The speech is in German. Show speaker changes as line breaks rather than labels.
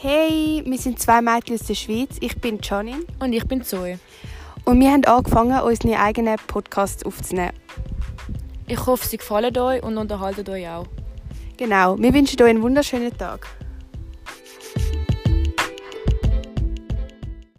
Hey, wir sind zwei Mädchen aus der Schweiz. Ich bin Janine
Und ich bin Zoe.
und wir haben angefangen, unsere eigenen Podcasts aufzunehmen.
Ich hoffe, sie gefallen euch und unterhalten euch auch.
Genau, wir wünschen euch einen wunderschönen Tag.